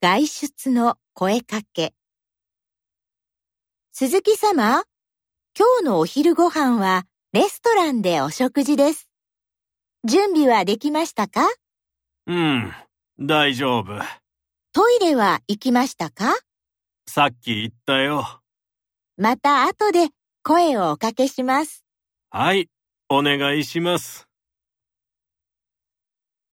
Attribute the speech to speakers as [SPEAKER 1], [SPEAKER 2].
[SPEAKER 1] 外出の声かけ。鈴木様、今日のお昼ご飯はレストランでお食事です。準備はできましたか
[SPEAKER 2] うん、大丈夫。
[SPEAKER 1] トイレは行きましたか
[SPEAKER 2] さっき言ったよ。
[SPEAKER 1] また後で声をおかけします。
[SPEAKER 2] はい、お願いします。